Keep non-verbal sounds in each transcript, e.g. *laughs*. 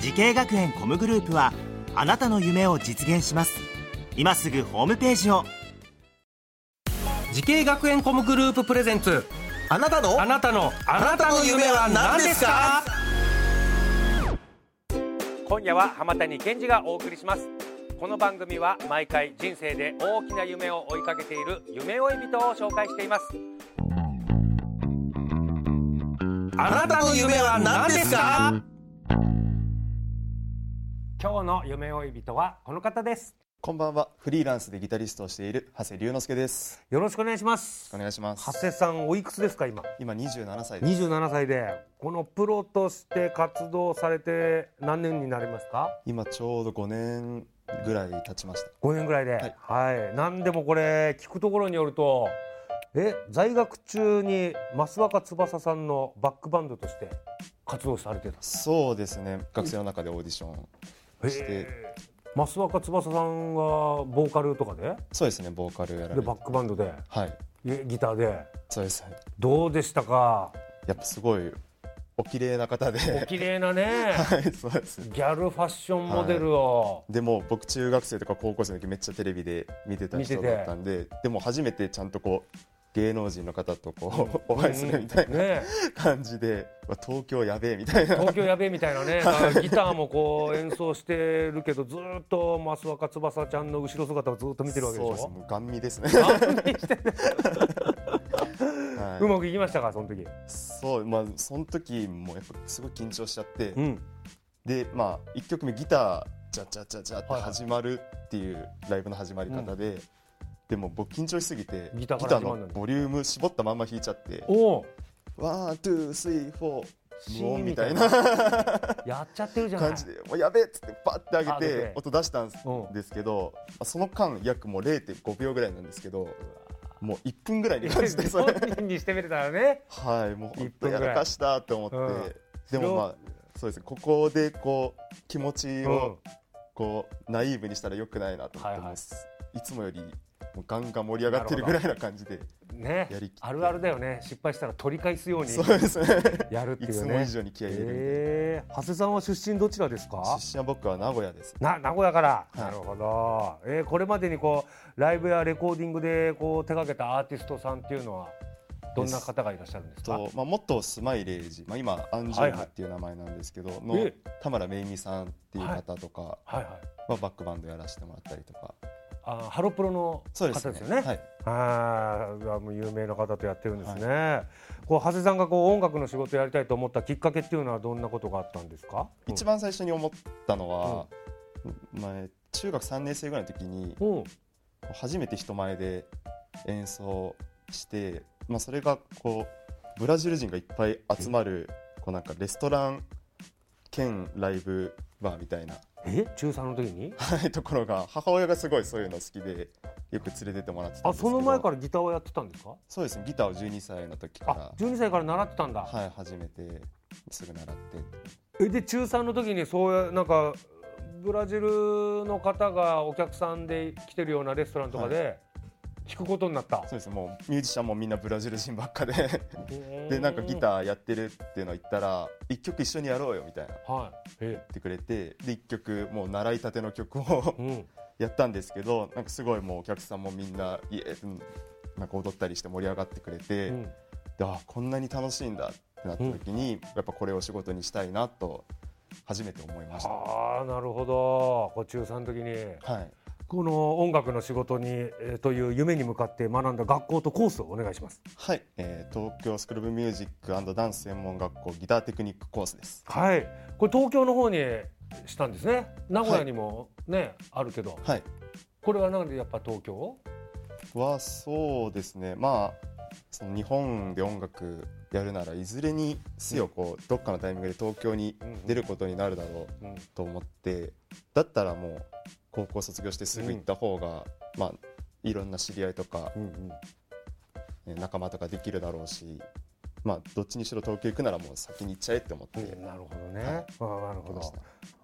時系学園コムグループはあなたの夢を実現します今すぐホームページを時系学園コムグループプレゼンツあなたのあなたのあなたの夢は何ですか今夜は浜谷健二がお送りしますこの番組は毎回人生で大きな夢を追いかけている夢追い人を紹介していますあなたの夢は何ですか今日の夢追い人はこの方ですこんばんは。フリーランスでギタリストをしている長谷龍之介です。よろしくお願いしますお願いします。長谷さんおいくつですか今今27歳です。 27歳でこのプロとして活動されて何年になりますか今ちょうど5年ぐらい経ちました。 5年ぐらいではいい、何でもこれ聞くところによるとえ在学中に増若翼さんのバックバンドとして活動されてたそうですね。学生の中でオーディション。してへー増若翼さんがボーカルとかでそうですね。ボーカルやらでれてバ。ックバンドではい。えギターでそうです。はいどうでしたかやっぱすごいお綺麗な方で。お綺麗なねはい、そうです。ギャルファッションモデルを、でも僕中学生とか高校生の時めっちゃテレビで見てた見て人てだったんで、でも初めてちゃんとこう芸能人の方とこうお会いするみたいうんなね感じで、うわ東京やべえみたいな。東京やべえみたいな *laughs* ね、だからギターもこう演奏してるけど、ずーっと増若翼ちゃんの後ろ姿をずーっと見てるわけでしそうですょ。もうガン見 *laughs* ですね。はいうまくいきましたか、その時。そうまあその時もやっぱすごい緊張しちゃって、ん。でまあ1曲目ギタージャジャジャジャってはいはい始まるっていうライブの始まり方で、でも僕緊張しすぎてギターから始まるののにボリューム絞ったまんま弾いちゃっておお。ワンツースリーフォーシ無ーン音みみたたいいななやっちゃってる *laughs* じゃない。感じで「もうやべえ!」っつってバッてあ上げ出てて音出したんですうんですけど、まあその間約もう0.5秒ぐらいなんですけどもう1分ぐらいに感じてそれ本人にしてみてたらね。はい、もう本当1分ぐやらいらかしたと思って、うんでもまあそうですねここでこう気持ちをこう、ナイーブにしたらよくないなと思っはていはいます、いつもよりもうガンガン盛り上がってるぐらいな感じでねやりきっ。てあるあるだよね。失敗したら取り返すようにそうですねやるっていいうつもね以。上に気合い入れるみたいな、ええー、長谷さんは出身どちらですか。出身は僕は名古屋ですな名古屋から、いなるほど、えー、これまでにこうライブやレコーディングでこう手掛けたアーティストさんっていうのはどんな方がいらっしゃるんですかと、まあ、元スマイレージ、まあ、今アンジュルムっていう名前なんですけど、のえ田村めいみさんっていう方とか、はいはいまあ、バックバンドやらせてもらったりとかあーハロプロのそ方うでですすよねねはい、ああもう有名な方とやってるんですね、こう長谷さんがこう音楽の仕事やりたいと思ったきっかけっていうのはどんなことがあったんですか一番最初に思ったのは、前中学3年生ぐらいの時にうんうん初めて人前で演奏して、まあ、それがこうブラジル人がいっぱい集まるこうなんかレストラン兼ライブバーみたいな、 *laughs* え中三の時にはい、ところが母親がすごいそういうの好きでよく連れてってもらってたんあですけそどの前からギターをやってたんですかそうですねギターを12歳の時かあら、 12歳から習ってたんだ、はい、始めてすぐ習ってえで中3の時にそうやなんかブラジルの方がお客さんで来てるようなレストランとかで弾くことになった、そうですもうミュージシャンもみんなブラジル人ばっかで。でなんかギーターやってるっていうのを言ったら一曲一緒にやろうよみたいな言はいえってくれてで一曲もう習いたての曲を *laughs* うんやったんですけどなんかすごいもうお客さんもみんなイエーイうんなんか踊ったりして盛り上がってくれて、うでんあこんなに楽しいんだってなった時に、やっぱこれを仕事にしたいなと初めて思いました。ああなるほどこう中3の時にはい、この音楽の仕事に、えーという夢に向かって学んだ学校とコースをお願いしますはいえー東京スクールオブミュージックダンス専門学校ギターテクニックコースです。はいこれ東京の方にしたんですね名古屋にもね、あるけどはい、これはなんでやっぱ東京はそうですねまあその日本で音楽やるならいずれにせよこうどっかのタイミングで東京に出ることになるだろううんと思ってだったらもう高校卒業してすぐ行った方が、まあいろんな知り合いとか、ね仲間とかできるだろうしまあどっちにしろ東京行くならもう先に行っちゃえって思って、うんなるほどね、はいあーなるほましどた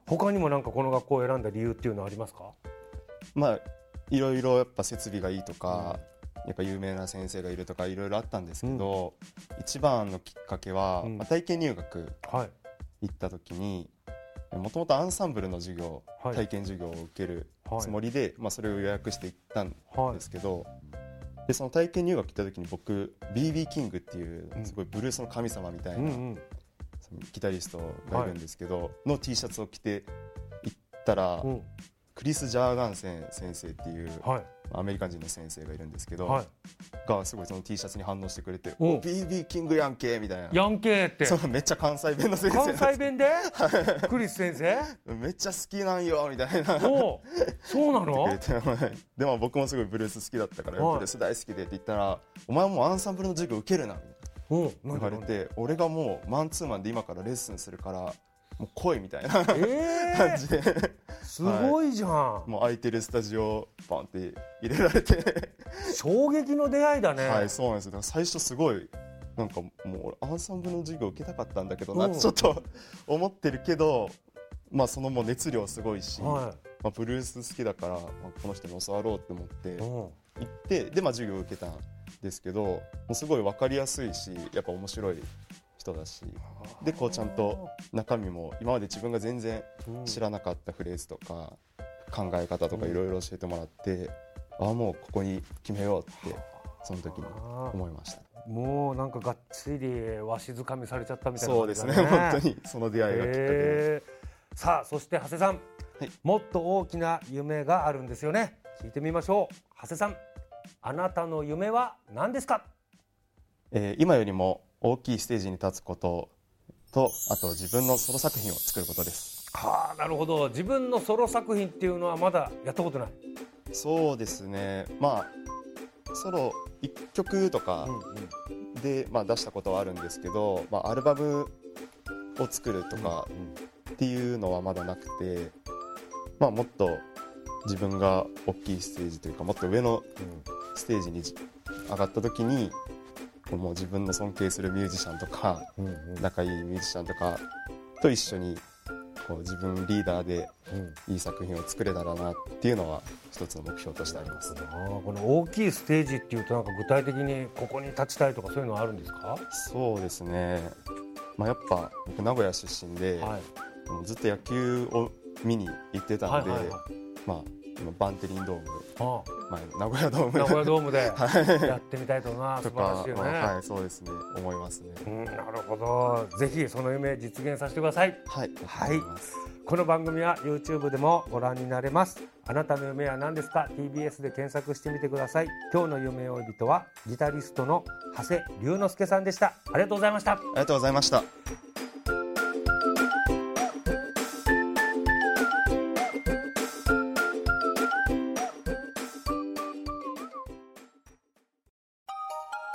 他にもなんかこの学校を選んだ理由っていうのはありますかまあいろいろやっぱ設備がいいとか、やっぱ有名な先生がいるとかいろいろあったんですけど、一番のきっかけは、うんまあ体験入学はい行った時にもともとアンサンブルの授業、はい体験授業を受けるはいつもりで、まあ、それを予約して行ったんはですけど、でその体験入学行った時に僕 BB キングっていううんすごいブルースの神様みたいい、うな、んうんそのギタリストがいるんですけど、の T シャツを着て行ったら、うん、クリス・ジャーガンセン先生っていうはアメリカ人の先生がいるんですけいど、はがすごいその T シャツに反応してくれて「おお BB キングやんけ」みたいないヤンケーってそうめっちゃ関西弁の先生な関んですけ西ど弁でクリス先生めっちゃ好きなんよみたいな。おうそうなのってくれてはいでも僕もすごいブルース好きだったから、はいブルース大好きでって言ったら「お前もうアンサンブルの授業受けるな」みうんたいなな言んわでれて俺がもうマンツーマンで今からレッスンするからもう来いみたいななんでえ感ーじで、すごいじゃん、もう空いてるスタジオバンって入れられて、衝撃の出会いだね、はいそうなんですよだから最初すごいなんかもう俺アンサンブルの授業受けたかったんだけどなうんってちょっと思ってるけどまあそのもう熱量すごいし、はまあ、ブルース好きだから、まあ、この人に教わろうって思って。いうん行ってで、まあ、授業を受けたんですけどもうすごい分かりやすいしやっぱ面白い人だしでこうちゃんと中身も今まで自分が全然うん知らなかったフレーズとか考え方とかいろいろ教えてもらって、ああもうここに決めようってその時にあー思いましたもうなんかがっつりわしづかみされちゃったみたいなそ感うでじすだ、 *laughs* ね本当にその出会いがきっかけです、へーさあそして長谷さん、はいもっと大きな夢があるんですよね聞いてみましょう長谷さんあなたの夢は何ですかえー今よりも大きいステージに立つこととあと自分のソロ作品を作ることですはあなるほど自分のソロ作品っていうのはまだやったことないそうですねまあソロ1曲とかで、まあ、出したことはあるんですけど、まあ、アルバムを作るとかっていうのはまだなくて、まあ、もっと自分が大きいステージというかもっと上のステージにじ上がった時にもう自分の尊敬するミュージシャンとか仲いいミュージシャンとかと一緒にこう自分リーダーでいい作品を作れたらなっていうのは一つの目標としてあります。あーこの大きいステージっていうとなんか具体的にここに立ちたいとかそういうのはあるんですか、そうですね、まあ、やっぱ僕名古屋出身で、はいもうずっと野球を見に行ってたはいので、はいはいまあ、今バンテリンドーム、あまあ、名古屋ドーあ名古ム屋ドームでやってみたいとな素と晴らかしい、よね、まあはい、そうですね思いますね。うん、なるほどぜひその夢実現させてくださいはい、はいありがとうござますこの番組は YouTube でもご覧になれますあなたの夢は何ですか TBS で検索してみてください今日の夢追い人はギタリストの長谷龍之介さんでしたありがとうございましたありがとうございました。